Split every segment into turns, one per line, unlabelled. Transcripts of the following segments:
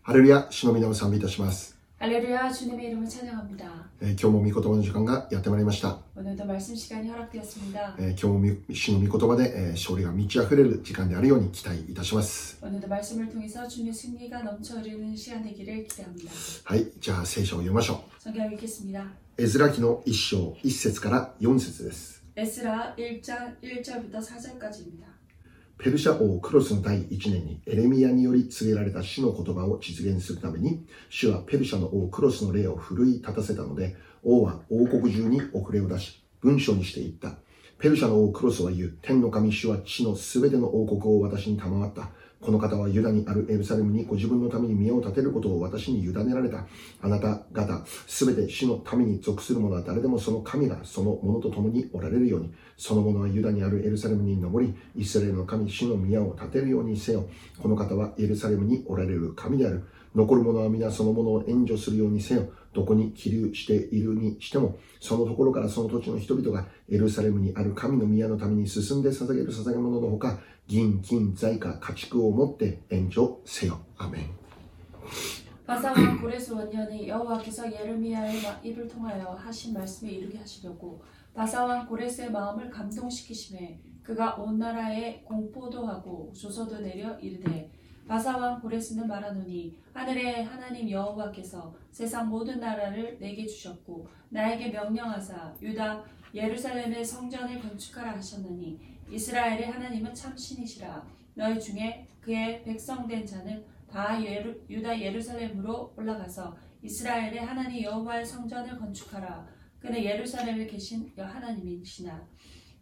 할렐루야, 주님의 이름으로 삼비이다します。
할렐루야 주님의 이름을 찬양합니다.
えー今日も御言葉の時間がやってまいりました。
오늘도 말씀 시간이 허락되었습니다.
えー今日も主の御言葉で、えー勝利が満ち溢れる時間であるように期待いたします。
오늘도 말씀을 통해서 주님의 승리가 넘쳐 흐르는 시간 되기를 기대합니다.
はい、じゃあ聖書を読みましょ
성경 읽겠습니다.
う。エズラ記の一章、一節から四節です。
에스라 1장 1절부터 4절까지입니다.
ペルシャ王クロスの第1年にエレミアにより告げられた主の言葉を実現するために、主はペルシャの王クロスの霊を奮い立たせたので、王は王国中に遅れを出し、文書にしていった。ペルシャの王クロスは言う、天の神主は地のすべての王国を私に賜った。この方はユダにあるエルサレムにご自分のために宮を建てることを私に委ねられた。あなた方、すべて主の民に属する者は誰でもその神がその者と共におられるように、その者はユダにあるエルサレムに登り、イスラエルの神、主の宮を建てるようにせよ。この方はエルサレムにおられる神である。残る者は皆その者を援助するようにせよ。どこに起立しているにしても、そのところからその土地の人々がエルサレムにある神の宮のために進んで捧げる捧げ物のほか、銀、金、財貨、家畜を持って援助せよ。アメン。
바사와 고레스 원년에 여호와께서 예레미야의 마- 이를 통하여 하신 말씀에 이르게 하시려고 바사와 고레스의 마음을 감동시키심에 그가 온 나라에 공포도 하고 조서도 내려 이르되 바사와 고레스는 말하노니 하늘의 하나님 여호와께서 세상 모든 나라를 내게 주셨고 나에게 명령하사 유다 예루살렘의 성전을 건축하라 하셨느니 이스라엘의 하나님은 참신이시라 너희 중에 그의 백성된 자는 다 예루, 유다 예루살렘으로 올라가서 이스라엘의 하나님 여호와의 성전을 건축하라. 그는 예루살렘에 계신 여 하나님이시나.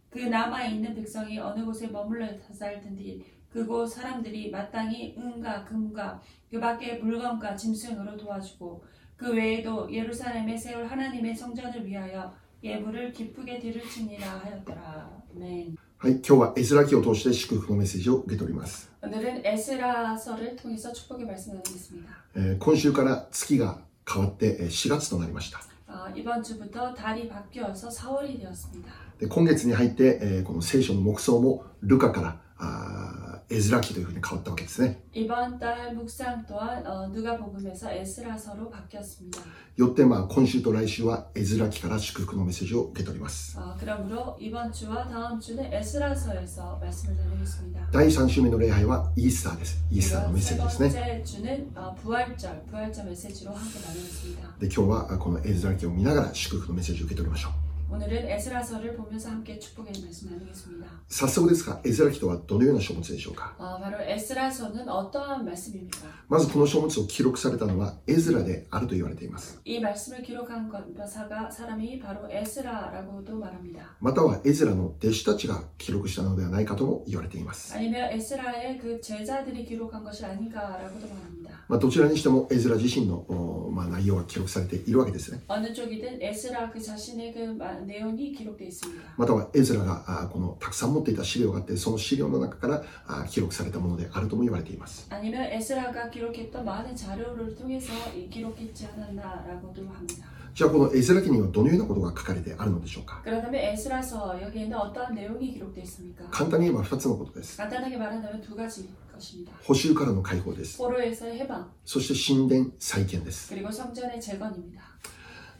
그 남아 있는 백성이 어느 곳에 머물러 살 텐디 그곳 사람들이 마땅히 은과 금과 그 밖의 물건과 짐승으로 도와주고 그 외에도 예루살렘에 세울 하나님의 성전을 위하여 예물을 기쁘게 드릴 지니라 하였더라. 아멘.
はい、今日はエズラ記を通して祝福のメッセージを受け取ります。
오늘은 에스라서를 통해서 축복의 말씀 나누겠습니다.
えー今週から月が変わってえー4月となりました。
어, 이번 주부터 달이 바뀌어서 4월이 되었습니다.
で今月に入って、えーこの聖書の目想もルカからあーエズラ記というふうに変わったわけですね。
이번 달 묵상 또한 어, 누가복음에서 에스라서로 바뀌었습니다.
よって、まあ、今週と来週はエズラ記から祝福のメッセージを受け取ります。
어, 그러므로 이번 주와 다음 주는 에스라서에서 말씀을 나누겠습니다.
第3週目の礼拝はイースターです。イースターのメッセー
세
ジですね。
번째 주는 어, 부활절, 부활절 메시지로 함께 나누겠습니다.
で、今日はあこのエズラ記を見ながら祝福のメッセージを受け取りましょう。
오늘은 에스라서를 보면서 함께 축복의 말씀 나누겠습니다.
早速ですが、エズラ記とはどのような書物でしょうか
어, 바로 에스라서는 어떠한 말씀입니까?
まずこの書物を記録されたのはエズラであると言われています。
이 말씀을 기록한 그 권사가 사람이 바로 에스라라고도 말합니다.
またはエズラの弟子たちが記録したのではないかとも言われています。
아니면 에스라의 그 제자들이 기록한 것이 아닌가라고도 말합니다.
まあ、どちらにしてもエズラ自身の、おまあ、内容が記録されているわけですね。
어느 쪽이든 에스라 그 자신의 그 마- 내용이 기록되어 있습니다.
またはエズラがあこのたくさん持っていた資料があってその資料の中からあ記録されたものであるとも言われています
아니면 에스라가 기록했던 많은 자료를 통해서 이 기록했지 않았나라고도 합니다.
じゃあこのエズラ記にはどのようなことが書かれてあるのでしょうか
그렇다면 에스라서 여기에는 어떤 내용이 기록되어 있습니까?
簡単に言えば2つのことです
간단하게 말하자면 두 가지 것입니다.
補修からの解放です
포로에서 해방
そして神殿再建です
그리고 성전의 재건입니다.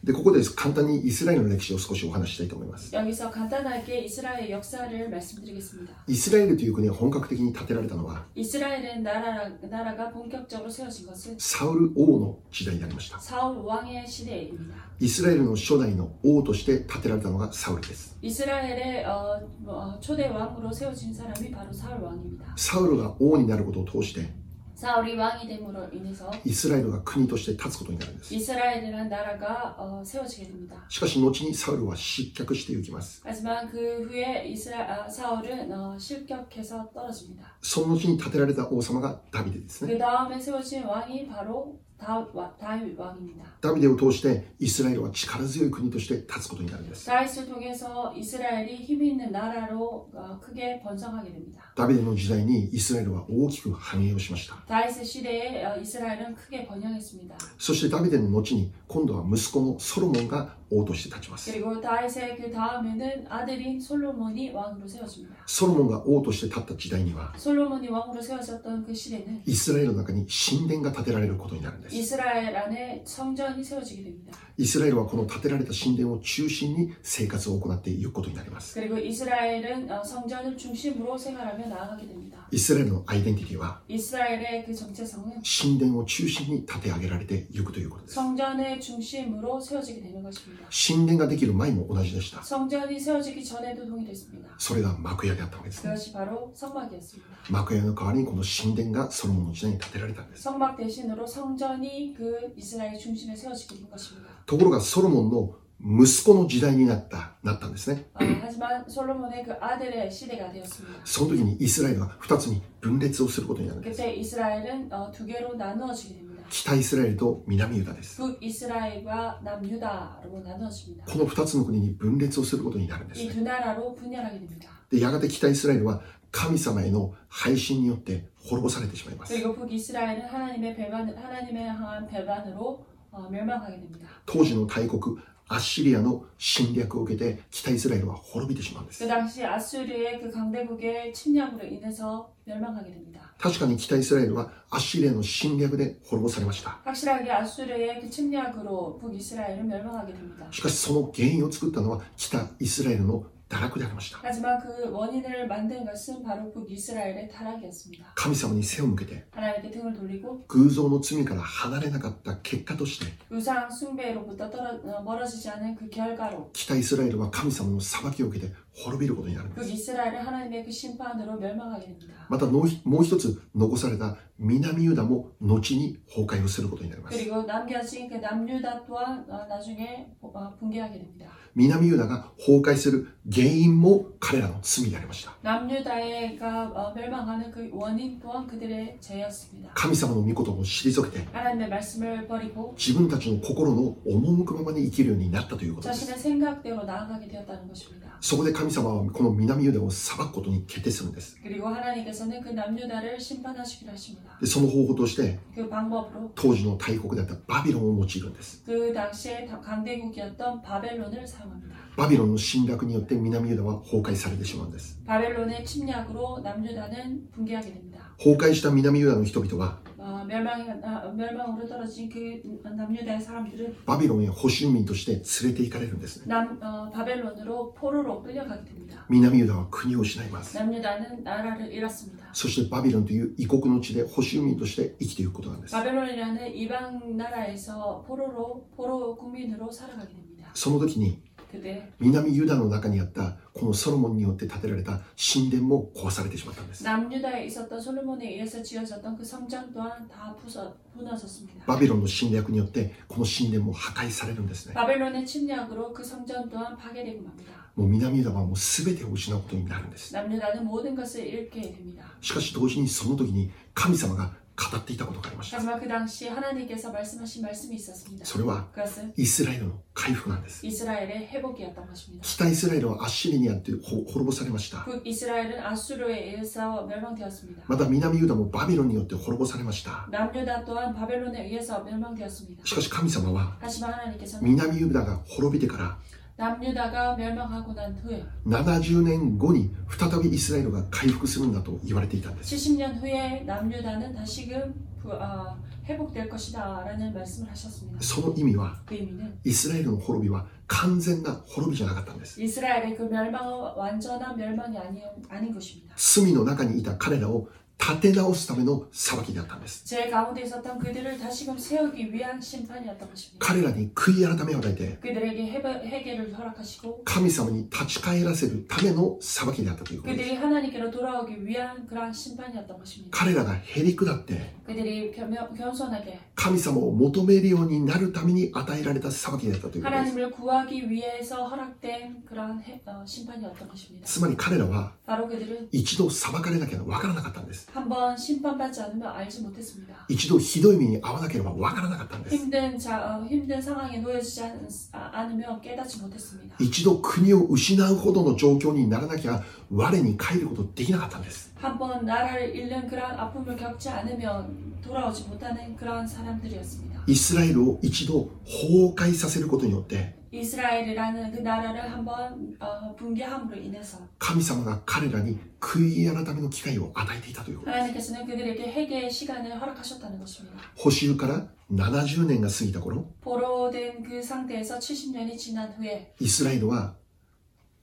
でここで簡単にイスラエルの歴史を少しお話ししたいと思います
여기서 간단하게 이스라엘 역사를 말씀드리겠습니다.
イスラエルという国が本格的に建てられたのは
이스라엘은 나라, 나라가 본격적으로 세워진 것은
サウル王の時代になりました
사울 왕의 시대입니다.
イスラエルの初代の王として建てられたのがサウルです
이스라엘의 어, 뭐, 초대 왕으로 세워진 사람이 바로 사울 왕입니다.
サウルが王になることを通して
사울이 왕이 됨으로 인해서
イスラエルが国として立つことになるんです
이스라엘이라는 나라가 어, 세워지게 됩니다.
しかし後にサウルは失脚していきます。
하지만 그 후에 이스라 아, 사울은 어, 실격해서 떨어집니다.
その後に建てられた王様がダビデですね。
그 다음에 세워진 왕이 바로 다윗 와- 다윗 왕입니다.
ダビデを通してイスラエルは力強い国として立つことになるんです。
다윗을 통해서 이스라엘이 힘이 있는 나라로 어, 크게 번성하게 됩니다.
ダビデの時代にイスラエルは大きく繁栄をしました。
다윗의 시대에 어, 이스라엘은 크게 번영했습니다.
そしてダビデの後に今度は息子のソロモンが王として立ちます。
그리고 다윗의 그 다음에는 아들인 솔로몬이 왕으로 세워집니다.
ソロモンが王として立った時代には
솔로몬이 왕으로 세워졌던 그 시대는
イスラエルの中に神殿が建てられることになるんです。
이스라엘 안에 성전이 세워지게 됩니다.
イスラエルはこの建てられた神殿を中心に生活を行っていくことになります。
그리고 이스라엘은 어, 성전을 중심으로 생활하며 나아가게 됩니다.
イスラエルのアイデンティティは
이스라엘의 그 정체성은
神殿を中心に建て上げられていくということです。
성전의 중심으로 세워지게 되는 것입니다.
神殿ができる前も同じでした。
성전이 세워지기 전에도 동일했습니다.
それが幕屋であったわけですね。
그것이 바로 성막이었습니다.
幕屋の代わりにこの神殿がソロモンの時代に建てられたんです。
성막 대신으로 성전이 그 이스라엘 중심에 세워지게 된 것입니다.
ところがソロモンの息子の時代になった、なったんですね。
아, 하지만 솔로몬의 그 아들의 시대가 되었습니다.
その時にイスラエルは2つに分裂をすることになるんです。
그때 이스라엘은 어, 두 개로 나누어지게 됩니다.
北イスラエルと南ユダです。
북 이스라엘과 남유다로 나누어집니다.
この2つの国に分裂をすることになるんです
이
ね。
두 나라로 분열하게 됩니다.
で、やがて北イスラエルは神様への配信によって滅ぼされてしまいます。
그리고 북 이스라엘은 하나님의 배반, 하나님의 향한 배반으로 어, 멸망하게 됩니다.
当時の大国アッシリアの侵略を受けて北イスラエルは滅びてしまうんです
그 당시 아수르의 그 강대국의 침략으로 인해서 멸망하게 됩니다.
確かに北イスラエルはアッシリアの侵略で滅ぼされました
확실하게 아수르의 그 침략으로 북 이스라엘은 멸망하게 됩니다.
しかしその原因を作ったのは北イスラエルの堕落でありました
하지만 그 원인을 만든 것은 바로 북 이스라엘의 타락이었습니다.
神様に背を向けて
하나님께 등을 돌리고
偶像の罪から離れなかった結果として
우상 숭배로부터 떨어, 어, 멀어지지 않은 그 결과로
北イスラエルは神様の裁きを受けて滅びることになるんで
북
す
그 이스라엘은 하나님의 그 심판으로 멸망하게 됩니다.
またもうひもう一つ残された南ユダも後に崩壊をすることになります
그리고 남겨진 그 남유다 또한 어, 나중에 보- 어, 붕괴하게 됩니다.
南ユダが崩壊する原因も彼らの罪でありました
남유다가 어, 멸망하는 그 원인 또한 그들의 죄였습니다.
神様の御事を退けて
하나님의 말씀을 버리고
自分たちの心の赴くままに生きるようになったということです
자신의 생각대로 나아가게 되었다는 것입니다.
そこで神様はこの南ユダを裁くことに決定するんです
그리고 하나님께서는 그 남유다를 심판하시기로 하십니다.
でその方法として
그 방법으로
当時の大国であったバビロンを用いるんです
그 당시에 다- 강대국이었던 바벨론을 사용합니다.
バビロンの侵略によって南ユダは崩壊されてしまうんです
바벨론의 침략으로 남유다는 붕괴하게 됩니다.
崩壊した南ユダの人々は
어, 멸망이, 아, 멸망으로 떨어진 그 남유다의 사람들은
バビロンへ保身民として連れて行かれるんですね
남, 어, 바벨론으로 포로로 끌려가게 됩니다.
南ユダは国を失います
남유다는 나라를 잃었습니다.
そしてバビロンという異国の地で保守民として生きていくことなんです
바벨론이라는 이방 나라에서 포로로 포로 국민으로 살아가게 됩니다.
その時に
그때
南ユダの中にあったこのソロモンによって建てられた神殿も壊されてしまったんです
남유다에 있었던 솔로몬에 의해서 지어졌던 그 성전 또한 다 부서, 무너졌습니다.
バビロンの侵略によってこの神殿も破壊されるんですね
바벨론의 침략으로 그 성전 또한 파괴되고 맙니다.
もう南ユダはもう全てを失うことになるんです
남유다는 모든 것을 잃게 됩니다.
しかし同時にその時に神様が語っていたことがありました
하지만 그 당시 하나님께서 말씀하신 말씀이 있었습니다.
それは
그것은
イスラエルの回復なんです
이스라엘의 회복이었던 것입니다.
北イスラエルはアッシリにあってほ滅ぼされました
북 이스라엘은 아수르에 의해서 멸망되었습니다.
また南ユダもバビロンによって滅ぼされました
남유다 또한 바벨론에 의해서 멸망되었습니다.
しかし神様は
하지만 하나님께서는
南ユダが滅びてから
남유다가 멸망하고 난 후에
70年後に再びイスラエルが回復するんだと言われていたんです
70년 후에 남유다는 다시금 부- 아, 회복될 것이다 라는 말씀을 하셨습니다.
その意味は
그 의미는
イスラエルの滅びは完全な滅びじゃなかったんです
이스라엘의 그 멸망은 완전한 멸망이 아니, 아닌 것입니다.
罪の中にいた彼らを立て直すための裁きだったんです
제 가운데 있었던 그들을 다시금 세우기 위한 심판이었던 것입니다.
彼らに悔い改めを与えて
그들에게 해바- 회개를 허락하시고
神様に立ち返らせるための裁きであったということです
그들이 하나님께로 돌아오기 위한 그러한 심판이었던 것입니다.
彼らがへり下って
그들이 겸, 겸손하게
神様を求めるようになるために与えられた裁きであったということです
하나님을 구하기 위해서 허락된 그러한 해- 어, 심판이었던 것입니다.
つまり彼らは
바로 그들은
一度裁かれなきゃわからなかったんです
한번 심판받지 않으면 알지 못했습니다.
一度ひどい目に遭わなければわからなかったんです
힘든 자, 어, 힘든 상황에 놓여지지 않, 아, 않으면 깨닫지 못했습니다.
一度国を失うほどの状況にならなきゃ我に帰ることできなかったんです
한번 나라를 잃는 그러한 아픔을 겪지 않으면 돌아오지 못하는 그러한 사람들이었습니다.
イスラエルを一度崩壊させることによって
이스라엘이라는 그 나라를 한번 어, 붕괴함으로 인해서
神様が彼らに悔い改めの機会を与えていたということ
하나님께서는 그들에게 회개의 시간을 허락하셨다는 것입니다.
補修から70年が過ぎた頃
보로된 그 상태에서 70년이 지난 후에
イスラエルは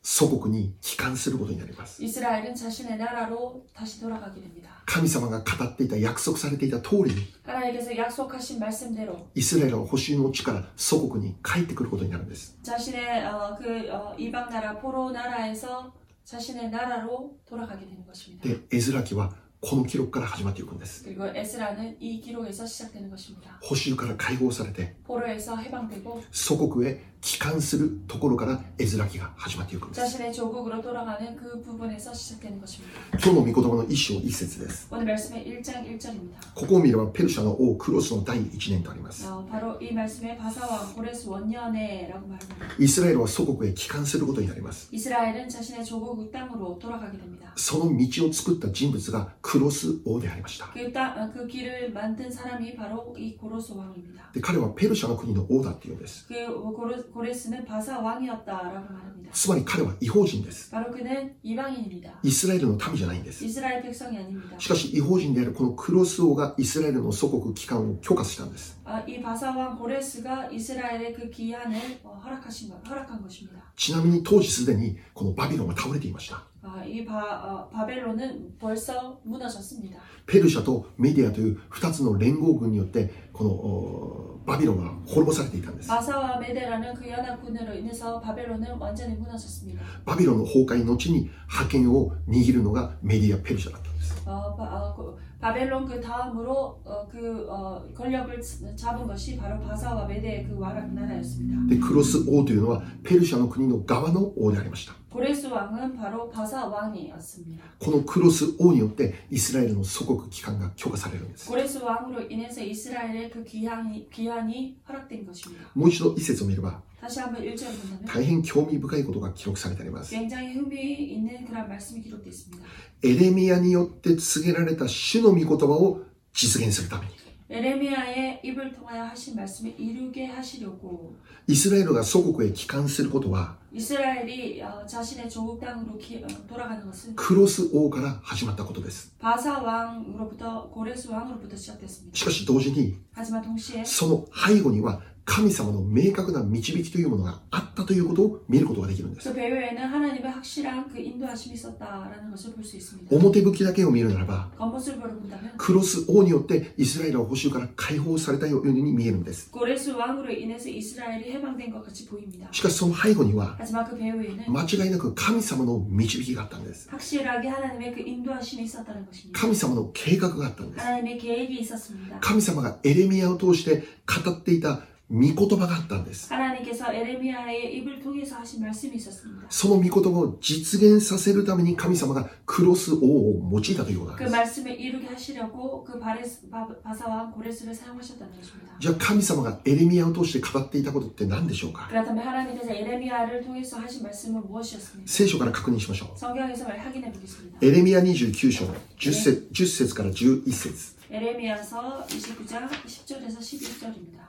祖国に帰還することになります
이스라엘은 자신의 나라로 다시 돌아가게 됩니다.
神様が語っていた約束されていた通りに
하나님께서 약속하신 말씀대로
イスラエルは補修の地から祖国に帰ってくることになるんです
자신의 어, 그 어, 이방 나라 포로 나라에서 자신의 나라로 돌아가게 되는 것입니다.
でエズラ記はこの記録から始まっていくんです
그리고 에스라는 이 기록에서 시작되는 것입니다.
補修から解放されて
포로에서 해방되고
祖国へ帰還するところからエズラ記が始まっていくんです
자신의 조국으로 돌아가는 그 부분에서 시작되는 것입니다.
今日の御言葉の一章一節です
오늘 말씀의 1장 1절입니다.
ここを見ればペルシャの王クロスの第一年とあります
어, 바로 이 말씀에 바사왕 고레스 원년에라고 말합니다.
イスラエルは祖国へ帰還することになります
이스라엘은 자신의 조국 땅으로 돌아가게 됩니다.
その道を作った人物がクロス王でありました
그, 땅, 아, 그 길을 만든 사람이 바로 이 고로스 왕입니다.
で彼はペルシャの国の王だっていうんです
그 고로, 고레스는 바사 왕이었다라고 말합니다.
つまり彼は違法人です
바로 그는 이방인입니다.
イスラエルの民じゃないんです
이스라엘 백성이 아닙니다.
しかし違法人であるこのクロス王がイスラエルの祖国帰還を許可したんです
아, 이 바사 왕 고레스가 이스라엘의 그 기한을 어, 허락하신 것, 허락한 것입니다.
ちなみに当時すでにこのバビロンは倒れていました
아, 이 바, 어, 바벨론은 벌써 무너졌습니다.
ペルシャとメディアという2つの連合軍によってこのおバビロンは滅ぼされていたんです
바사와 메데라는 그 연합군으로 인해서 바벨론은 완전히 무너졌습니다.
バビロンの崩壊の後に覇権を握るのがメディア・ペルシャだったんです
어, 바, 어, 그 바벨론 그 다음으로 어, 그 어, 권력을 지- 잡은 것이 바로 바사와 메데의 그 와락 나라였습니다.
でクロス王というのはペルシャの国の側の王でありました
고레스 왕은 바로 바사 왕이었습니다.
このクロス王によってイスラエルの祖国帰還が許可されるんです
고레스 왕으로 인해서 이스라엘의 그 기한이, 기한이 허락된 것입니다.
もう一度一節を見れば
다시 한번 일절 본다면
大変興味深いことが記録されてあります
굉장히 흥미 있는 그런 말씀이 기록되어 있습니다.
エレミアによって告げられた主の御言葉を実現するために
에레미야의 입을 통하여 하신 말씀을 이루게 하시려고
イスラエルが祖国へ帰還することは
이스라엘이 어, 자신의 조국 땅으로 기- 어, 돌아가는 것은
クロス王から始まったことです
바사 왕으로부터 고레스 왕으로부터 시작됐습니다.
しかし同時に
하지만 동시에
その背後には神様の明確な導きというものがあったということを見ることができるんです
그 배후에는 하나님의 확실한 그 인도하심이 있었다라는 것을 볼 수 있습니다.
表向きだけを見るならば
겉모습으로 본다면
クロス王によってイスラエルは捕囚から解放されたように見えるんです
고레스 왕으로 인해서 이스라엘이 해방된 것 같이 보입니다.
しかしその背後には
하지만 그 배후에는
間違いなく神様の導きがあったんです
확실하게 하나님의 그 인도하심이 있었다는 것입니다.
神様の計画があったんです
하나님의 계획이 있었습니다.
神様がエレミアを通して語っていた御言葉があったんです
하나님께서 에레미야의 입을 통해서 하신 말씀이 있었습니다.
その御言葉を実現させるために神様がクロス王を用いたということなん
그
です
말씀을 이루게 하시려고 그 바레스, 바, 바사와 고레스를 사용하셨다는 것입니다.
じゃあ神様がエレミアを通して語っていたことって何でしょうか
그렇다면 하나님께서 에레미야를 통해서 하신 말씀은 무엇이었습니까?
聖書から確認しましょ
성경에서 확인해 보겠습니다.
うエレミア29章10節 ,10 節から11節
에레미야서 29장 10절에서 11절입니다.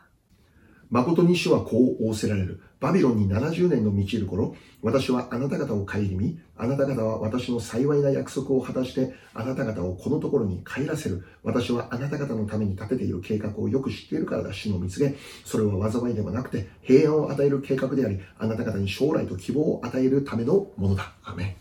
誠に主はこう仰せられる。バビロンに70年の満ちる頃、私はあなた方を顧み、あなた方は私の幸いな約束を果たして、あなた方をこのところに帰らせる。私はあなた方のために立てている計画をよく知っているからだ、主の見告げ。それは災いではなくて、平安を与える計画であり、あなた方に将来と希望を与えるためのものだ。アーメン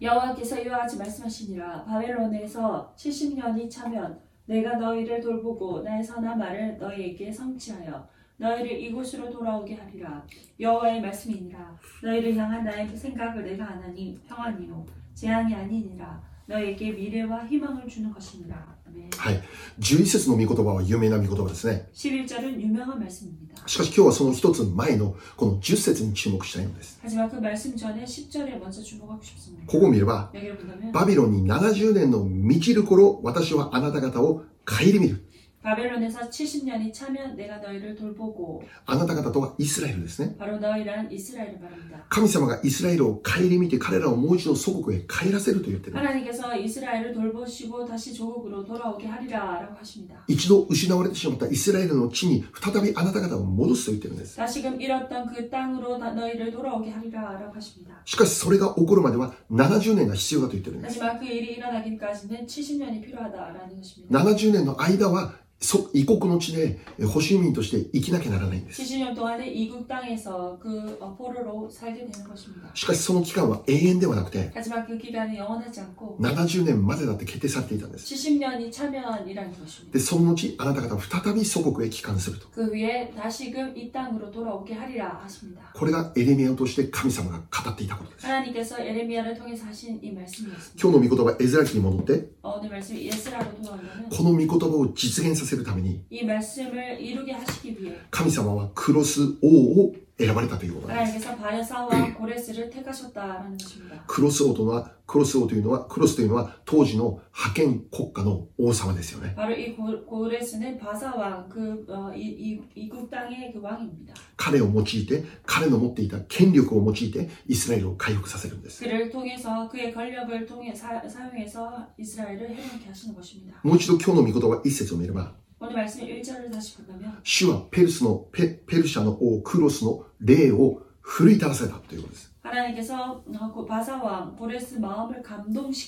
여호와께서 이와 같이 말씀하시니라 바벨론에서 70년이 차면 내가 너희를 돌보고 나의 선한 말을 너희에게 성취하여 너희를 이곳으로 돌아오게 하리라 여호와의 말씀이니라 너희를 향한 나의 그 생각을 내가 아나니 평안이요 재앙이 아니니라 너희에게 미래와 희망을 주는 것이니라 아멘. 아멘.
はい。11節の御言葉は有名な御言葉ですね。
11절은 유명한 말씀입니다.
しかし今日はその一つ前のこの10節に注目したいのです。
하지만 그 말씀 전에 10절에 먼저 주목하고 싶습니다.
ここを見れば、
여기를 본다면
バビロンに70年の満ちる頃、私はあなた方を顧みる。
바벨론에서 70년이 차면 내가 너희를 돌보고
あなた方とはイスラエルですね。
바로 너희란 이스라엘을 말합니다.
神様がイスラエルを顧みて彼らをもう一度祖国へ帰らせると言ってる。
하나님께서 이스라엘을 돌보시고 다시 조국으로 돌아오게 하리라라고 하십니다.
一度失われてしまったイスラエルの地に再びあなた方を戻すと言ってるんです。
다시금 잃었던 그 땅으로 나- 너희를 돌아오게 하리라라고 하십니다.
しかしそれが起こるまでは70年が必要だと言ってるんです。
하지만 그 일이 일어나기까지는 70년이 필요하다라는 것입니다.
70年の間は、そ異国の地でえ保守民として生きなきゃならないんです。
70년 동안에 이국 땅에서 그 어, 포로로 살게 되는 것입니다.
しかしその期間は永遠ではなくて、
하지만 그 기간은 영원하지 않고
70年までだって決定されていたんです。
70년이 차면이라는
で、
것입니다.
その後、あなた方は再び祖国へ帰還すると。
그 위에 다시금 이 땅으로 돌아오게 하리라 하십니다.
これがエレミアを通して神様が語っていたことです。
하나님께서 에레미야를 통해서 하신 이 말씀이었습니다.
今日の御言葉、エズラ記に戻って、
어, 오늘 말씀이 예스라로 돌아오면
この御言葉を実現させるために、
이 말씀을 이루게 하시기 위해
神様はクロス王を選ばれたということなんです。
하나님께서 바르사와 고레스를 택하셨다라는 것입니다.
クロス王とは、クロス王というのは、クロスというのは当時の覇権国家の王様ですよね。
바로 이 고, 고레스는 바사왕 그 어, 이, 이, 이국 땅의 그 왕입니다.
彼を用いて、彼の持っていた権力を用いて、イスラエルを回復させるんです。
그를 통해서 그의 권력을 통해 사, 사용해서 이스라엘을 해방케 하시는 것입니다.
もう一度今日の御言葉一節を見れば、
오늘 말씀 1절을 다시 본다면
主はペルスのペ、ペルシャの王クロスの霊を奮い立たせたということです。
하나님께서 어, 고- 바사왕 고레스 마음을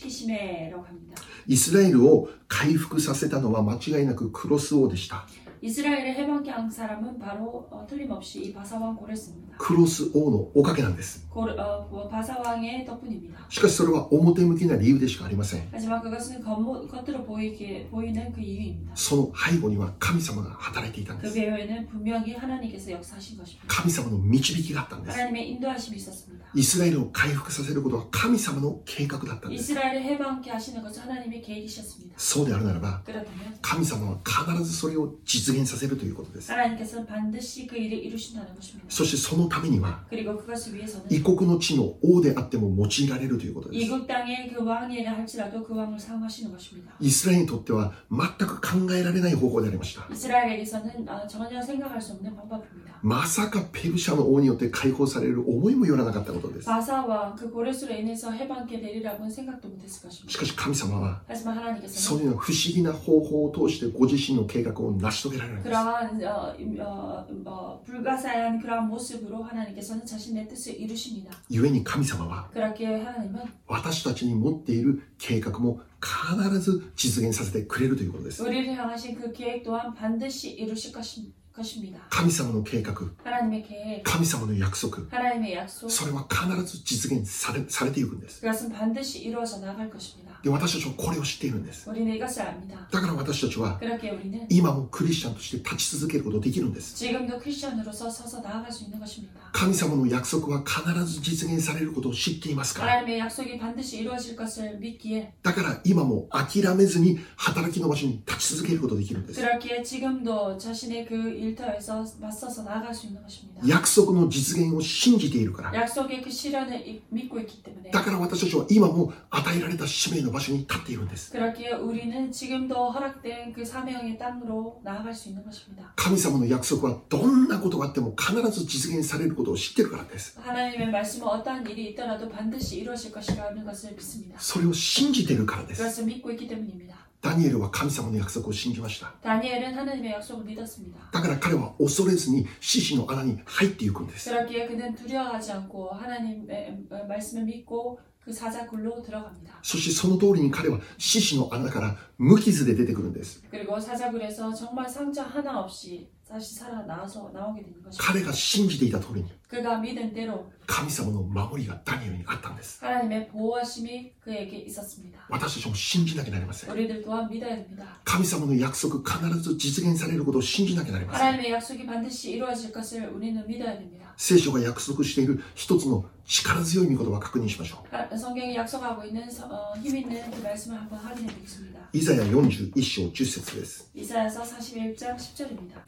감동시키심에라고 합니다.
イスラエルを回復させたのは間違いなくクロス王でした。
이스라엘을 해방케 한 사람은 바로 어, 틀림없이 이 바사왕 고레스입니다.
クロス王のおかげなんです。
고, 어, 뭐, 바사왕의 덕분입니다.
しかしそれは表向きな理由でしかありません。
하지만 그것은 겉모, 겉으로 보이게, 보이는 그 이유입니다.
その背後には神様が働いていたんで
그
す。
배후에는 분명히 하나님께서 역사하신 것입니다.
神様の導きがあったんです。
하나님의 인도하심이 있었습니다.
イスラエルを回復させることは神様の計画だったんです。
이스라엘을 해방케 하시는 것은 하나님의 계획이셨습니다.
そうであるならば、
그렇다면
神様は必ずそれを実現させるということです。
하나님께서는 반드시 그 일을 이루신다는 것입니다.
そしてそのためには、
그리고 그것을 위해서는
異国の地の王であっても用いられるということです。
이국 땅의 그 왕이라 할지라도 그 왕을 사용하시는 것입니다.
イスラエルにとっては全く考えられない方法でありました。
이스라엘에게서는 아, 전혀 생각할 수 없는 방법입니다.
まさかペルシャの王によって解放される思いもよらなかったことです。
바사와 그 고레스로 인해서 해방케 되리라고는 생각도 못했을 것입니다.
しかし神様は、
하지만
そ
하나님께서는
のような不思議な方法を通してご自身の計画を成し遂げられるんです。
그러한 어, 임- 어, 어, 불가사의한 그러한 모습으로 하나님께서는 자신의 뜻을 이루십니다.
故に神様は、
그렇게 하나님은
私たちに持っている計画も必ず実現させてくれるということです。
우리를 향하신 그 계획 또한 반드시 이루실 것이- 것입니다.
神様の計画、
하나님의 계획,
神様の約束、
하나님의 약속,
それは必ず実現されされていくんです。
그것은 반드시 이루어져 나갈 것입니다.
で、私たちはこれを知っているんです。
우리는 이것을 압니다.
だから私たちは、
그렇게 우리는
今もクリスチャンとして立ち続けることができるんです。
지금도 크리스천으로서 서서 나아갈 수 있는 것입니다.
神様の約束は必ず実現されることを知っていますから、
하나님의 약속이 반드시 이루어질 것을 믿기에
だから今も諦めずに働きの場所に立ち続けることができるんです。
그렇기에 지금도 자신의 그 일터에서 맞서서 나아갈 수 있는 것입니다.
約束の実現を信じているから、
약속의 그 실현을 이- 믿고 있기 때문에
だから私たちは今も与えられた使命の場所に立っているんです。
그렇기에 우리는 지금도 허락된 그 사명의 땅으로 나아갈 수 있는 것입니다.
神様の約束はどんなことがあっても必ず実現されることを知っているからです。
하나님의 말씀은 어떠한 일이 있더라도 반드시 이루어질 것이라는 것을 믿습니다.
それを信じているからです。
그것을 믿고 있기 때문입니다.
ダニエルは神様の約束を信じました。
다니엘은 하나님의 약속을 믿었습니다.
だから彼は恐れずに獅子の穴に入っていくんです。
그렇기에 그는 두려워하지 않고 하나님의 말씀을 믿고 그 사자굴로 들어갑니다.
そしてその通りに彼は獅子の穴から無傷で出てくるんです。
그리고 사자굴에서 정말 상처 하나 없이 다시 살아나서 나오게 되는 것입니다.
彼が信じていた通りに
그가 믿은 대로
神様の守りがダニエルにあったんです。
하나님의 보호하심이 그에게 있었습니다.
私たちも信じなきゃなりません。
우리들 또한 믿어야 됩니다.
神様の約束必ず実現されることを信じなきゃなりません。
하나님의 약속이 반드시 이루어질 것을 우리는 믿어야 됩니다.
聖書が約束している一つの力強い御言葉を確認しましょう。
하- 성경이 약속하고 있는 서- 어, 힘 있는 그 말씀을 한번 확인해 보겠습니다.
イザヤ41章10節です。
이사야서 41장 10절입니다.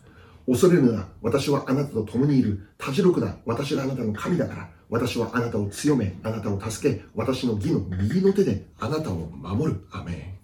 恐れるな、私はあなたと共にいる。多次力だ、私があなたの神だから。私はあなたを強め、あなたを助け、私の義の右の手であなたを守る。アメン。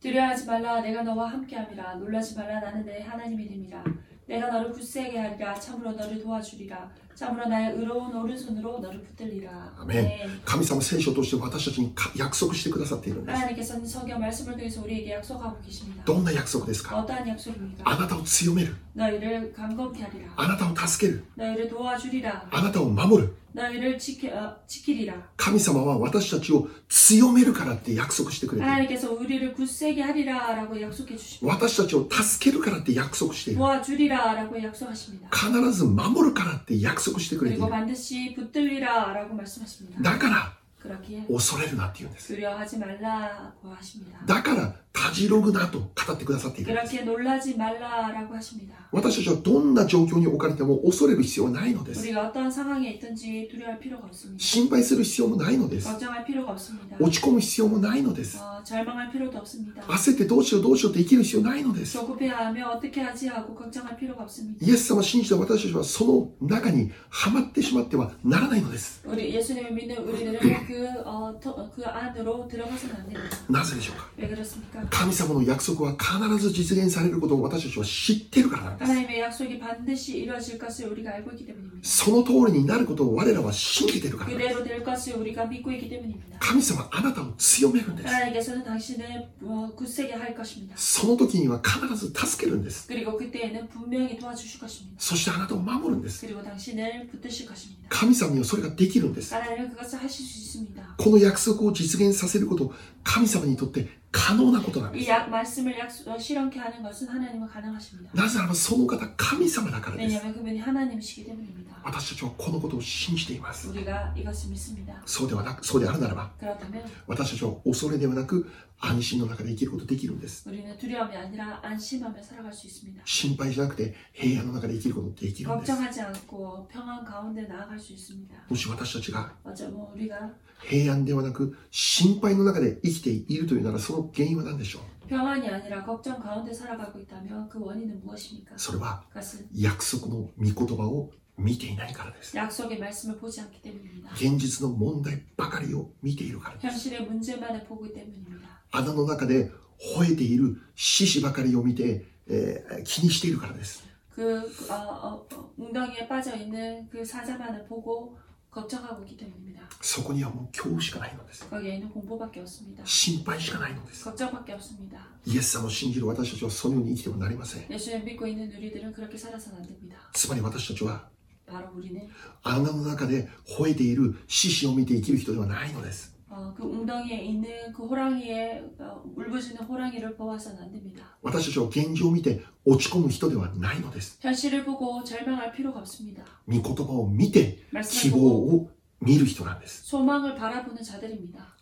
두려워하지 말라 내가 너와 함께함이라 놀라지 말라 나는 내 하나님이 됨이라 내가 너를 굳세게 하리라 참으로 너를 도와주리라 참으로 나의 의로운 오른손으로 너를 붙들리라
아멘. 神様聖書として私たちにか約束してくださっているんです
하나님께서는 성경 말씀을 통해서 우리에게 약속하고 계십니다
どんな約束ですか
어떠한
あ
약속입니까?
なたを強める
너희를 강건케 하리라
あなたを助ける
너희를 도와주리라
あなたを守る
너희를 지키, 어, 지키리라
神様は私たちを強めるからって約束してくれている
하나님께서 우리를 굳세게 하리라 라고 약속해 주십니다
私たちを助けるからって約束している
도와주리라 라고 약속하십니다
必ず守るからって約束してくれてい
그리고
る
반드시 붙들리라 라고 말씀하십니다
だから
그렇기에
恐れるなって言うんです
두려워하지 말라고 하십니다.
だからたじろぐなと語ってくださっているんです
그렇게 놀라지 말라라고 하십니다.
私たちはどんな状況に置かれても恐れる必要はないのです
우리가 어떠한 상황에 있든지 두려워할 필요가 없습니다.
心配する必要もないのです
걱정할 필요가 없습니다.
落ち込む必要もないのです
어, 절망할 필요도 없습니다.
焦ってどうしようどうしようって生きる必要ないのです。
조급해하며 어떻게 하지 하고 걱정할 필요가 없습니다.
イエス様を信じた私たちはその中にはまってしまってはならないのです。
우리 예수님을 믿는 우리들은 그, 어, 터- 어, 그 안으로 들어가서는 안 됩니다.
なぜでしょうか
왜 그렇습니까?
神様の約束は必ず実現されることを私たちは知っているからなんで
하나님의 약속이 반드시 이루어질 것을 우리가 알고 있기 때문입니다.
す。その通りになることを我らは信じているからなんです。
그대로 될 것을 우리가 믿고 있기 때문입니다.
神様はあなたを強めるんで
하나님께서는 당신을 어, 굳세게 할 것입니다.
す。その時には必ず助けるんです。
그리고 그때에는 분명히 도와주실 것입니다.
そしてあなたを守るんです。
그리고 당신을 붙드실 것입니다.
神様にはそれができるんです。
하나님은 그것을 하실 수 있습니다.
この約束を実現させること、神様にとって可能なことなんで
이
す。
약, 말씀을 약, 어, 실현케 하는 것은 하나님은 가능하십니다.
なぜならばその方神様だからです。
왜냐하면 그분이 하나님이시기 때문입니다.
私たちはこのことを信じています。
우리가 이것을 믿습니다.
そうではなく、そうであるならば、
그렇다면
私たちは恐れではなく、安心の中で生きることができるんです。
우리는 두려움이 아니라 안심하며 살아갈 수 있습니다.
心配じゃなくて、平安の中で生きることができるんです。
걱정하지 않고 평안 가운데 나아갈 수 있습니다.
もし私たちが
어쩌면 우리가
平安ではなく、心配の中で生きているというなら、その原因は何でしょう
평안이 아니라 걱정 가운데 살아가고 있다면 그 원인은 무엇입니까?
それは、
그것은
約束の御言葉を見ていないからです。
약속의 말씀을 보지 않기 때문입니다.
現実の問題ばかりを見ているからです。
현실의 문제만을 보기 때문입니다.
穴の中で吠えている獅子ばかりを見て、えー気にしているからです。
그 그, 어, 어, 어, 웅덩이에 빠져 있는 그 사자만을 보고 걱정하고 있기 때문입니다.
そこにはもう恐怖しかないのです。
거기에는 공포밖에 없습니다.
心配しかないのです。
걱정밖에 없습니다.
イエス様を信じる私たちはそのように生きてはなりません。
예수님 믿고 있는 우리들은 그렇게 살아서는 안 됩니다.
つまり私たちは
바로 우리는
穴の中で吠えている獅子を見て生きる人ではないのです。
어, 그 웅덩이에 있는 그 호랑이의 어, 울부짖는 호랑이를 보아서는 안 됩니다.
私たちは現状を見て落ち込む人ではないのです。
현실을 보고 절망할 필요가 없습니다.
御言葉を見て希
말씀을
望
보고
を見る人なんです。
소망을 바라보는 자들입니다.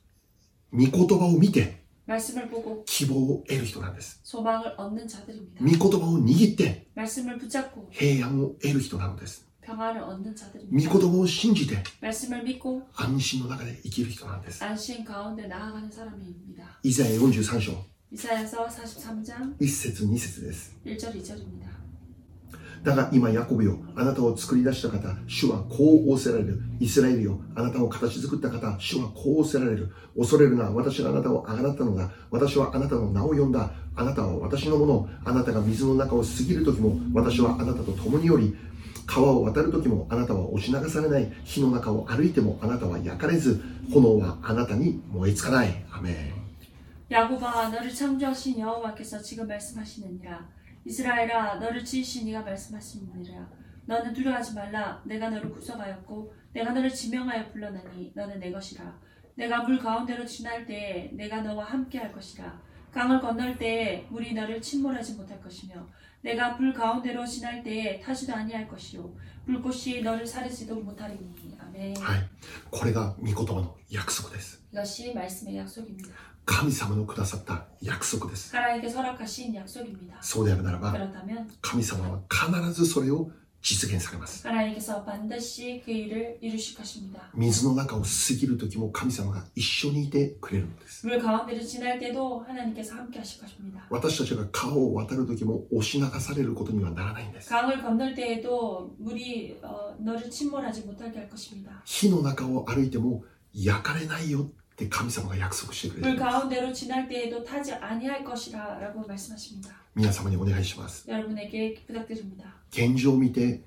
御言葉を見て
말씀을 보고
希望を得る人なんです。
소망을 얻는 자들입니다.
御言葉を握って
말씀을 붙잡고
平安を得る人なのです。
평안을 얻는
御言
자들입니다.
葉を信じて
말씀을 믿고
安心の中で生きる人なんです。
안심 가운데 나아가는 사람입니다.
イザヤ43章
이사야서 43장
1節2節です。
1절 2절입니다.
だが今ヤコブよ、あなたを作り出した方、主はこう仰せられる。イスラエルよ、あなたを形作った方、主はこう仰せられる。恐れるな、私があなたをあがなったのだ。私はあなたの名を呼んだ。あなたは私のもの。あなたが水の中を過ぎる時も、私はあなたと共におり、川を渡る時もあなたは押し流されない。火の中を歩いてもあなたは焼かれず、炎はあなたに燃えつかない。アメン。
야곱아 너를 창조하신 여호와께서 지금 말씀하시느니라 이스라엘아 너를 지으신 이가 말씀하시느니라 너는 두려워하지 말라 내가 너를 구속하였고 내가 너를 지명하여 불러나니 너는 내 것이라 내가 물 가운데로 지날 때에 내가 너와 함께 할 것이라 강을 건널 때에 물이 너를 침몰하지 못할 것이며 내가 불 가운데로 지날 때에 타지도 아니할 것이요 불꽃이 너를 사르지도 못하리니 아멘
はい。これが御言葉の約束です。
이것이 말씀의 약속입니다
神様のくださった約束です。
하나님께 서락하신 약속입니다
そうであるならば、
그렇다면
神様は必ずそれを実現されます。
하나님께서 반드시 그 일을 이루실 것입니다.
水の中を過ぎる時も神様が一緒にいてくれるのです。
물 가운데를 지날 때도 하나님께서 함께 하실 것입니다.
私たちが川を渡る時も押し流されることにはならないんです。
강을 건널 때에도 물이 어, 너를 침몰하지 못하게 할 것입니다.
火の中を歩いても焼かれないよって神様が約束してくれ
물
る。
가운데로 지날 때에도 타지 아니할 것이라라고 말씀하십니다.
皆様にお願いします。
여러분에게 부탁드립니다.
現状を見て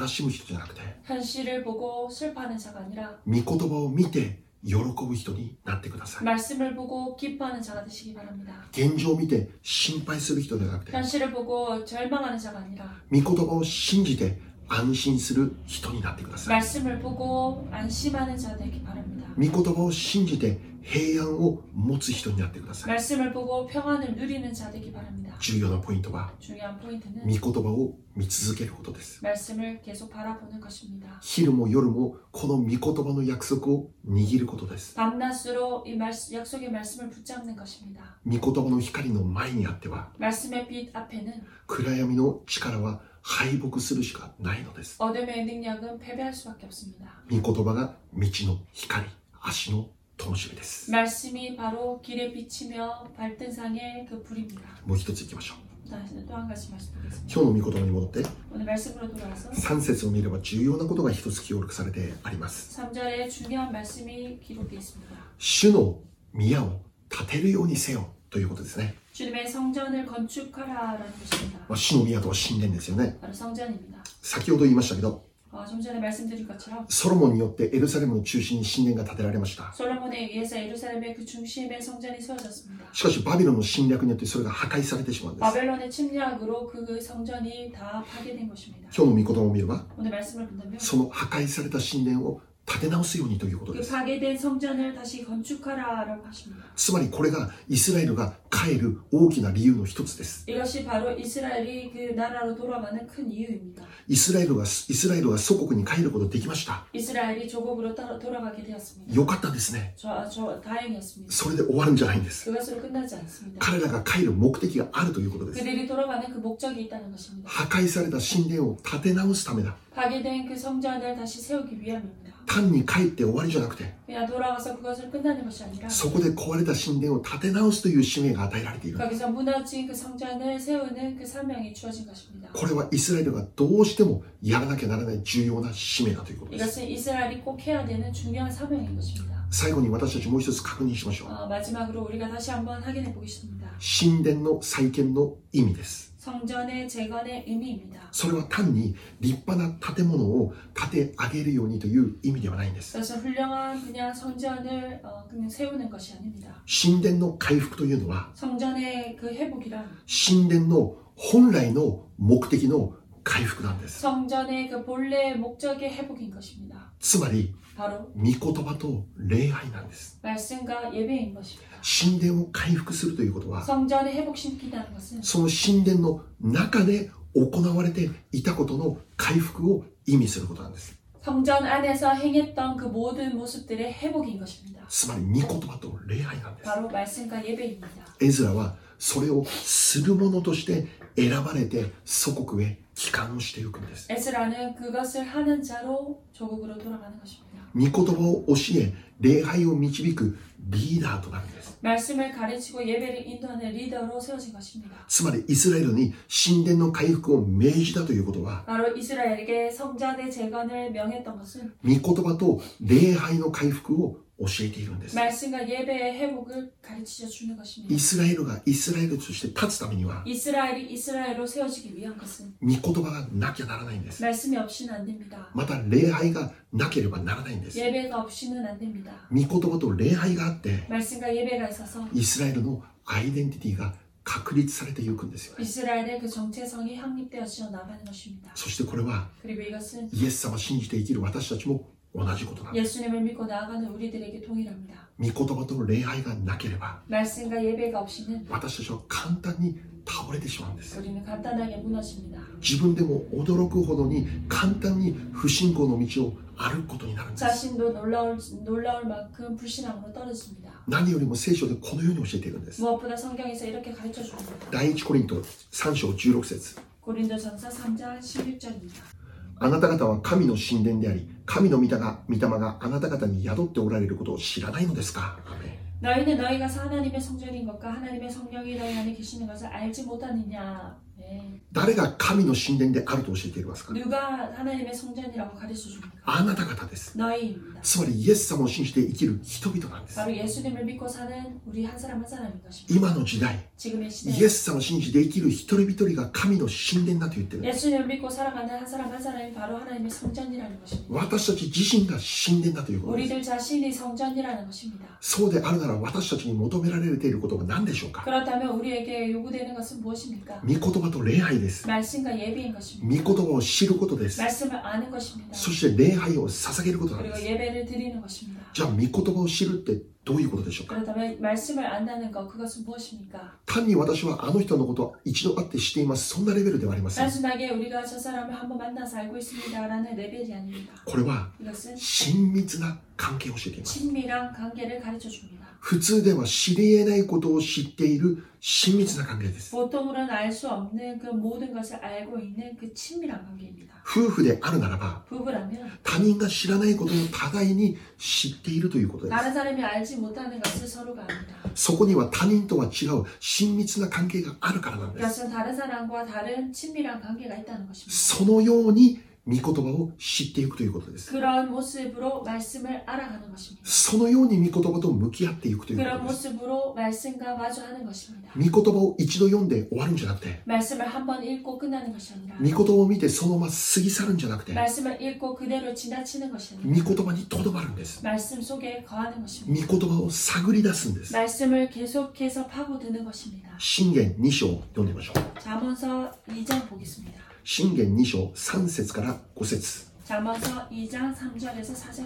悲しむ人じゃなくて、
현실을 보고 슬퍼하는 자가 아니라
御言葉を見て喜ぶ人になってください。
말씀을 보고 기뻐하는 자가 되시기 바랍니다.
現状を見て心配する人じゃなくて、
현실을 보고 절망하는 자가 아니라
御言葉を信じて安心する人になってください。
말씀을 보고 안심하는 자 되기 바랍니다.
御言葉を信じて平安を持つ人になってください。
말씀을 보고 평안을 누리는 자 되기 바랍니다.
重要なポイントは、
중요한
御
포인트는
言葉を見続けることです。
말씀을 계속 바라보는 것입니다.
昼も夜もこの御言葉の約束を握ることです。
밤낮으로 이 말, 약속의 말씀을 붙잡는 것입니다.
御言葉の光の前にあっては、
말씀의 빛 앞에는
暗闇の力は敗北するしかないのです。
어둠의 능력은 패배할 수밖에 없습니다.
御言葉が道の光、足の灯火です。
말씀이 바로 길에 비치며 발등상의 그 불입니다.
もう一つ行きましょう。
또한 가지 말씀드리겠습니다.
今日の御言葉に戻って、
오늘 말씀으로 돌아와서
3節を見れば重要なことが一つ記録されてあります。
3절에 중요한 말씀이 기록되어 있습니다.
主の宮を建てるようにせよということですね。
주님의 성전을 건축하라라는 것입니다.
まあ、主の宮とは神殿ですよね。
바로 성전입니다.
先ほど言いましたけど、
어, 좀 전에 말씀드린 것처럼
ソロモンによってエルサレムの中心に神殿が建てられました。
솔로몬에 의해서 예루살렘의 그 중심에 성전이 세워졌습니다.
しかしバビロンの侵略によってそれが破壊されてしまうんです。
바벨론의 침략으로 그 성전이 다 파괴된 것입니다.
今日の御言葉を見れば、
오늘 말씀을 본다면
その破壊された神殿を建て直すようにということで
그
す。
파괴된 성전을 다시 건축하라라고 하십니다.
つまりこれがイスラエルが帰る大きな理由の一つです。
이것이 바로 이스라엘이 그 나라로 돌아가는 큰 이유입니다.
イスラエルが、イスラエルが祖国に帰ることできました。
이스라엘이 조국으로 따라 돌아가게 되었습니다.
よかったですね。
저, 저 다행이었습니다.
それで終わるんじゃないんです。
그것으로 끝나지 않습니다.
彼らが帰る目的があるということです。
그들이 돌아가는 그 목적이 있다는 것입니다.
破壊された神殿を建て直すためだ。
파괴된 그 성전을 다시 세우기 위함입니다.
単に帰って終わりじゃなくて、
그냥 돌아가서 그것을 끝나는 것이 아니라
そこで壊れた神殿を建て直すという使命が与えられている。
거기서 무너진 그 성전을 세우는 그 사명이 주어진 것입니다.
これはイスラエルがどうしてもやらなきゃならない重要な使命だということです。
이것은 이스라엘이 꼭 해야 되는 중요한 사명인 것입니다.
最後に私たちもう一つ確認しましょう。
어, 마지막으로 우리가 다시 한번 확인해 보겠습니다.
神殿の再建の意味です。
성전의 재건의 의미입니다.
それは単に立派な建物を建て上げるようにという意味ではないんです。
그래서 훌륭한 그냥 성전을 어, 그냥 세우는 것이 아닙니다.
神殿の回復というのは、
성전의 그 회복이란
神殿の本来の目的の回復なんです。
성전의 그 본래의 목적의 회복인 것입니다.
つまり、
바로
御言葉と礼拝なんです。
말씀과 예배인 것입니다.
神殿を回復するということは、
성전의 회복시키다는 것은
その神殿の中で行われていたことの回復を意味することなんです。
성전 안에서 행했던 그 모든 모습들의 회복인 것입니다.
つまり、御言葉と礼拝なんです。
바로 말씀과 예배입니다.
エズラはそれをする者として選ばれて祖国へ帰還をしていくんです。
에스라는 그것을 하는 자로 조국으로 돌아가는 것입니다.
御言葉を教え、礼拝を導くリーダーとなるんです。
말씀을 가르치고 예배를 인도하는 리더로 세워진 것입니다.
つまりイスラエルに神殿の回復を命じたということは、
바로 이스라엘에게 성전의 재건을 명했던 것은
御言葉と礼拝の回復を教えているんです。
말씀과 예배의 회복을 가르치려 주는 것입니다.
イスラエルがイスラエルとして立つためには、
이스라엘이 이스라엘로 세워지기 위한 것은
御言葉がなきゃならないんです。
말씀이 없이는 안 됩니다.
また礼拝がなければならないんです。
예배가 없이는 안 됩니다.
御言葉と礼拝があって、
말씀과 예배가 있어서
イスラエルのアイデンティティが確立されていくんですよね。
이스라엘의 그 정체성이 확립되어져 나가는 것입니다.
そしてこれは
그리고 이것은
イエス様を信じて生きる私たちも同じことなんで
예수님을 믿고 나아가는 우리들에게 동일합니다.
す。御言葉と礼拝がなければ
말씀과 예배가 없이는
私たちは簡単に倒れてしまうんです。
우리는 간단하게 무너집니다.
自分でも驚くほどに簡単に不信仰の道を歩くことになるんです。
자신도 놀라울, 놀라울 만큼 불신앙으로 떨어집니다.
何よりも聖書でこのように教えているんです。
무엇보다 성경에서 이렇게 가르쳐 줍니다.
第一コリント3章16節
고린도전서 3장 16절입니다.
あなた方は神の神殿であり、神の御霊が御霊があなた方に宿っておられることを知らないのですか。アーメン
너희는 너희가 하나님의 성전인 것과 하나님의 성령이 너희 안에 계시는 것을 알지 못하느냐 네.
誰が神の神殿であると教えていますか
누가 하나님의 성전이라고 가르쳐 줍니까?
あなた方です。
너희입니다
つまりイエス様を信じて生きる人々なんです。
바로 예수님을 믿고 사는 우리 한 사람 한 사람인 것입니다
今の時代、
지금의 시대
イエス様を信じて生きる一人一人が神の神殿だと言ってる。
예수님을 믿고 살아가는 한 사람 한 사람이 바로 하나님의 성전이라는 것입니다
私たち自身が神殿だということです。
우리들 자신이 성전이라는 것입니다
そうであるなら私たちに求められていることは何でしょうか
그렇다면 우리에게 요구되는 것은 무엇입니까?
御言葉と礼拝です。
말씀과 예배인 것입니다
御言葉を知ることです。
말씀을 아는 것입니다
そして礼拝を捧げることなんで
그리고
す。
예배를 드리는 것입니다
じゃあ、御言葉を知るってどういうことでしょうか
그렇다면 말씀을 안다는 것 그것은 무엇입니까?
単に私はあの人のことを一度会って知っています。そんなレベルではありません。
단순하게 우리가 저 사람을 한번 만나서 알고 있습니다라는 레벨이 아닙니다.
これは
이것은
親密な関係を教えています。
친밀한 관계를 가르쳐 줍니다.
普通では知り得ないことを知っている親密な関係です。
보통으로는 알 수 없는 그 모든 것을 알고 있는 그 친밀한 관계입니다.
夫婦であるならば、
부부라면
他人が知らないことを互いに知っているということで
다른 사람이 알지 못하는 것을 서로가 압니다.
す。そこには他人とは違う親密な関係があるからなんです。
그것은 다른 사람과 다른 친밀한 관계가 있다는 것입니다.
そのように御言葉を知っていくということです。
그런 모습으로 말씀을 알아가는 것입니다.
そのように御言葉と向き合っていくということ
그런
です。
모습으로 말씀과 마주하는 것입니다.
御言葉を一度読んで終わるんじゃなくて、
말씀을 한 번 읽고 끝나는 것이 아니라
御言葉を見てそのまま過ぎ去るんじゃなくて、
말씀을 읽고 그대로 지나치는 것이 아니라
御言葉にとどまるんです。
말씀 속에 거하는
御
것입니다.
言葉を探り出すんです。
말씀을 계속해서 파고드는 것입니다.
信玄2章を読んでみましょう。
잠언서 2장 보겠습니다.
信玄2章3節から5節
잠언서 2장 3절에서 4절입니다.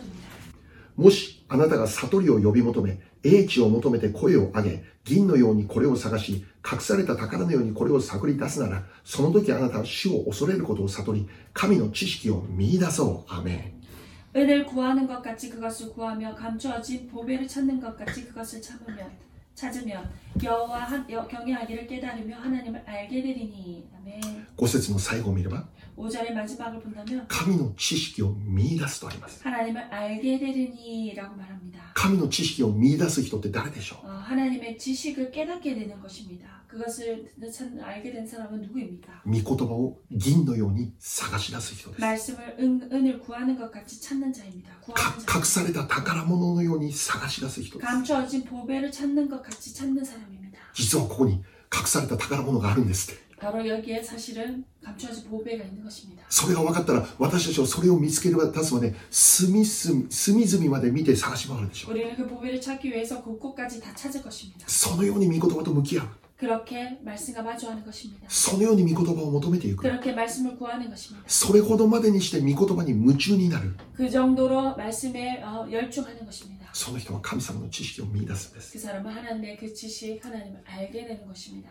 もしあなたが悟りを呼び求め英知を求めて声を上げ銀のようにこれを探し隠された宝のようにこれを探り出すならその時あなたは主を恐れることを悟り神の知識を見出そうアーメン
은을 구하는 것 같이 그것을 구하며 감추어진 보배를 찾는 것 같이 그것을 참으면 찾으면 여호와 한- 여- 경외하기를 깨달으며 하나님을 알게 되리니 아멘.
5節の最後を見れば
5절의 마지막을 본다면
神の知識を見出すとあります
하나님을 알게 되리니라고 말합니다.
神の知識を見出す人って誰でしょ
어, 하나님의 지식을 깨닫게 되는 것입니다. 그것을 참 알게 된 사람은 누구입니까?
う御言葉を銀のように探し出す人です
말씀을 은, 은을 구하는 것 같이 찾는 자입니다.
か
구하는
隠さ
자.
れた宝物のように探し出す人です
감추어진 보배를 찾는 것 같이 찾는 사람입니다.
実はここに隠された宝物があるんですって
바로 여기에 사실은 감추어진 보배가 있는 것입니다.
それが分かったら私たちはそれを見つけ出すまで隅々隅々まで見て探し回るでしょう
우리는 그 보배를 찾기 위해서 곳곳까지 다 찾을 것입니다.
そのように御言葉と向き合う
그렇게 말씀과 마주하는 것입니다.
そのように御言葉を求めていく
그렇게 말씀을 구하는 것입니다.
それほどまでにして御言葉に夢中になる
그 정도로 말씀에 어, 열중하는 것입니다.
その人は神様の知識を見出すんです
그 사람은 하나님의 그 지식, 하나님을 알게 되는 것입니다.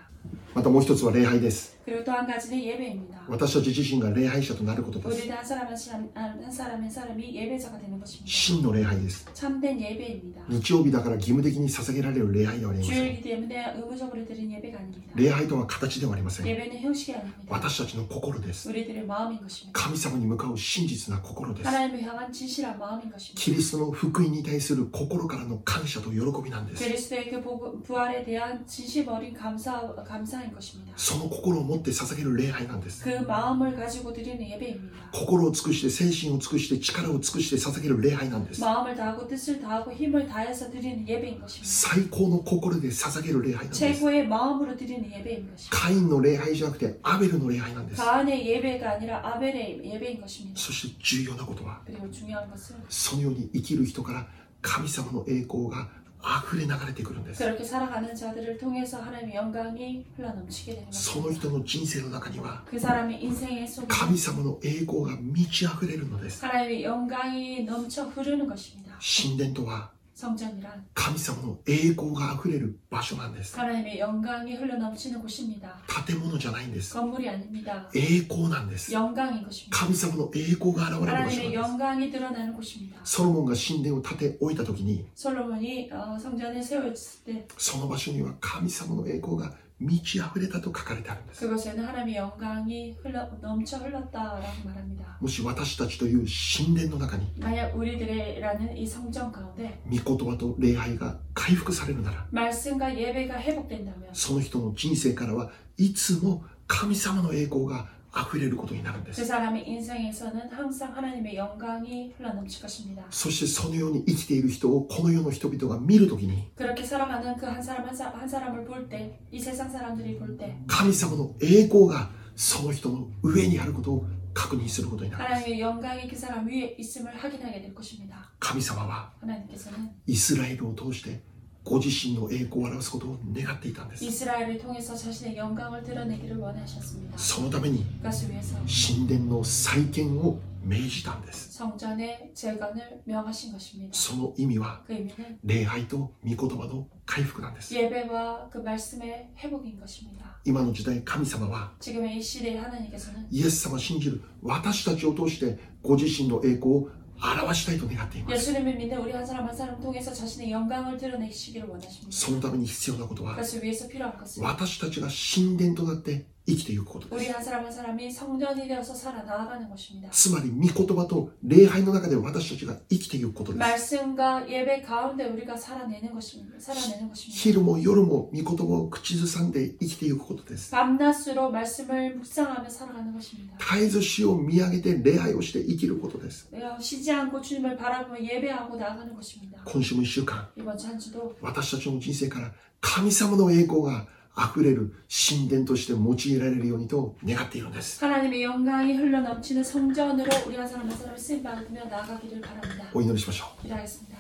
またもう一つは礼拝です
그리고 또 한 가지는 예배입니다.
私たち自身が礼拝者となることです
우리는 한 사람 한 사람 한 사람 한 사람이 예배자가 되는 것입니다.
真の礼拝です
참된 예배입니다.
日曜日だから義務的に捧げられる礼拝ではありません
주일이기 때문에 의무적으로 드린 예배가 아닙니다.
礼拝とは形ではありません
예배는 형식이 아닙니다.
私たちの心です
우리들의 마음인 것입니다.
神様に向かう真実な心です
하나님을 향한 진실한 마음인 것입니다.
キリストの福音に対する心からの感謝と喜びなんです
그리스도의 그 복- 부활에 대한 진심 어린 감사 감사인 것입니다.
その心を持って捧げる礼拝なんです
그 마음을 가지고 드리는 예배입니다.
心を尽くして精神を尽くして力を尽くして捧げる礼拝なんです
마음을 다하고 뜻을 다하고 힘을 다해서 드리는 예배인 것입니다.
最高の心で捧げる礼拝なんです
최고의 마음으로 드리는 예배인 것입니다.
カインの礼拝じゃなくてアベルの礼拝なんです
가안의 예배가 아니라 아벨의 예배인 것입니다.
そして重要なことは
그리고 중요한 것은
そのように生きる人から神様の栄光が溢れ流れてくるんです
그렇게 살아가는 자들을 통해서 하나님의 영광이 흘러넘치게 되는
その
것입니다.
人の人生の中には
그 사람의 인생의 속에
神様の栄光が満ち溢れるのです
하나님의 영광이 넘쳐 흐르는 것입니다.
神殿とは
성전이란
神様の栄光が溢れる場所なんです。
하나님의 영광이 흘러넘치는 곳입니다.
建物じゃないんです。
건물이 아닙니다.
栄光なんです。
영광인 것입니다.
神様の栄光が現れる場所
하나님의
なんで
영광이 드러나는 곳입니다.
す。ソロモンが神殿を建て置いた時に、
솔로몬이 어, 성전을 세웠을 때 그
その場所には神様の栄光が満ち溢れたと書かれてあるんです
그것에는 하나님의 영광이 흘러, 넘쳐 흘렀다라고 말합니다.
もし私たちという神殿の中に
만약 우리들이라는 이 성전 가운데
御言葉と礼拝が回復されるなら
말씀과 예배가 회복된다면
その人の人生からはいつも神様の栄光が溢れることになるんで
그
す
사람의 인생에서는 항상 하나님의 영광이 흘러넘칠 것입니다.
そしてそのように生きている人をこの世の人々が見るときに
그렇게 살아가는 그 한 사람 한, 사, 한 사람을 볼 때, 이 세상 사람들이 볼 때,
神様の栄光がその人の上にあることを確認することになるんです
하나님의 영광이 그 사람 위에 있음을 확인하게 될 것입니다.
神様は
하나님께서는
イスラエルを通してご自身の栄光を表すことを願っていたんです
이스라엘을 통해서 자신의 영광을 드러내기를 원하셨습니다.
そのために
그것을 위해서
神殿の再建を命じたんです
성전의 재건을 명하신 것입니다.
その意味は
그 의미는
礼拝と御言葉の回復なんです
예배와 그 말씀의 회복인 것입니다.
今の時代神様は
지금의 이 시대에 하나님께서는
イエス様を信じる私たちを通してご自身の栄光を表したいと願っています
예수님을 믿는 우리 한 사람 한 사람 통해서 자신의 영광을 드러내시기를 원하십니다.
そのために必要なことは
그것을 위해서 필요한 것은
私たちが神殿となって生きていくことで
우리
す
한 사람 한 사람이 성전이 되어서 살아 나아가는 것입니다.
つまり御言葉と礼拝の中で私たちが生きていくことです
말씀과 예배 가운데 우리가 살아내는 것입니다. 살아내는 것입니다.
昼も夜も御言葉を口ずさんで生きていくことです
밤낮으로 말씀을 묵상하며 살아가는 것입니다.
絶えず死を見上げて礼拝をして生きることです
내가 쉬지 않고 주님을 바라보며 예배하고 나아가는 것입니다.
今週も1週間
이번 주 한 주도
私たちの人生から神様の栄光が溢れる神殿として用いられるようにと願っているんです
하나님의 영광이 흘러넘치는 성전으로 우리 한 사람 한 사람을 쓰임 받으며 나아가기를 바랍니다.
お祈りしましょう
기도하겠습니다.